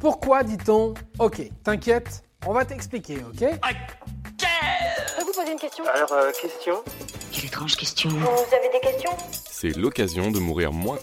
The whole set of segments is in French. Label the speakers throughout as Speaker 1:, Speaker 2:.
Speaker 1: Pourquoi dit-on OK T'inquiète, on va t'expliquer, OK
Speaker 2: Je peux vous poser une question
Speaker 3: Alors, euh, question
Speaker 4: Quelle étrange question.
Speaker 2: Vous avez des questions
Speaker 5: C'est l'occasion de mourir moins.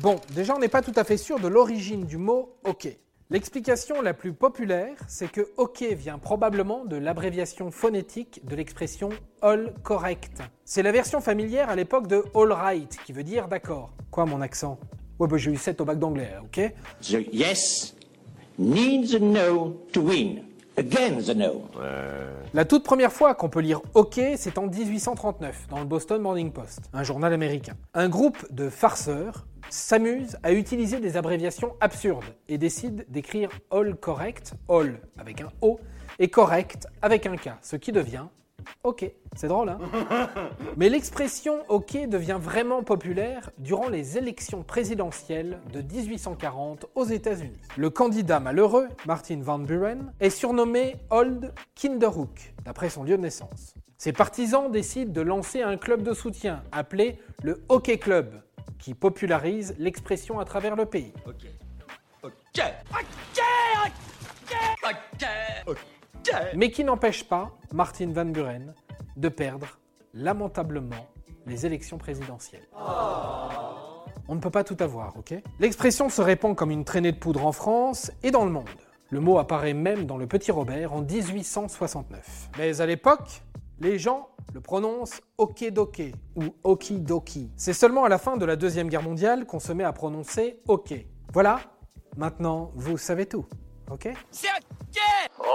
Speaker 1: Bon, déjà on n'est pas tout à fait sûr de l'origine du mot OK. L'explication la plus populaire, c'est que OK vient probablement de l'abréviation phonétique de l'expression All correct. C'est la version familière à l'époque de All right, qui veut dire d'accord. Quoi mon accent Ouais, bah, j'ai eu 7 au bac d'anglais, hein, OK
Speaker 6: The yes needs a no to win. Again the no.
Speaker 1: La toute première fois qu'on peut lire OK, c'est en 1839, dans le Boston Morning Post, un journal américain. Un groupe de farceurs s'amuse à utiliser des abréviations absurdes et décide d'écrire All Correct, All avec un O, et Correct avec un K, ce qui devient OK. C'est drôle, hein Mais l'expression OK devient vraiment populaire durant les élections présidentielles de 1840 aux États-Unis. Le candidat malheureux, Martin Van Buren, est surnommé Old Kinderhook, d'après son lieu de naissance. Ses partisans décident de lancer un club de soutien appelé le Hockey Club, qui popularise l'expression à travers le pays. Mais qui n'empêche pas Martin Van Buren de perdre lamentablement les élections présidentielles. On ne peut pas tout avoir, ok L'expression se répand comme une traînée de poudre en France et dans le monde. Le mot apparaît même dans Le Petit Robert en 1869. Mais à l'époque, les gens le prononcent okidoke ou okidoki. C'est seulement à la fin de la Deuxième Guerre mondiale qu'on se met à prononcer ok. Voilà, maintenant vous savez tout, ok
Speaker 3: Au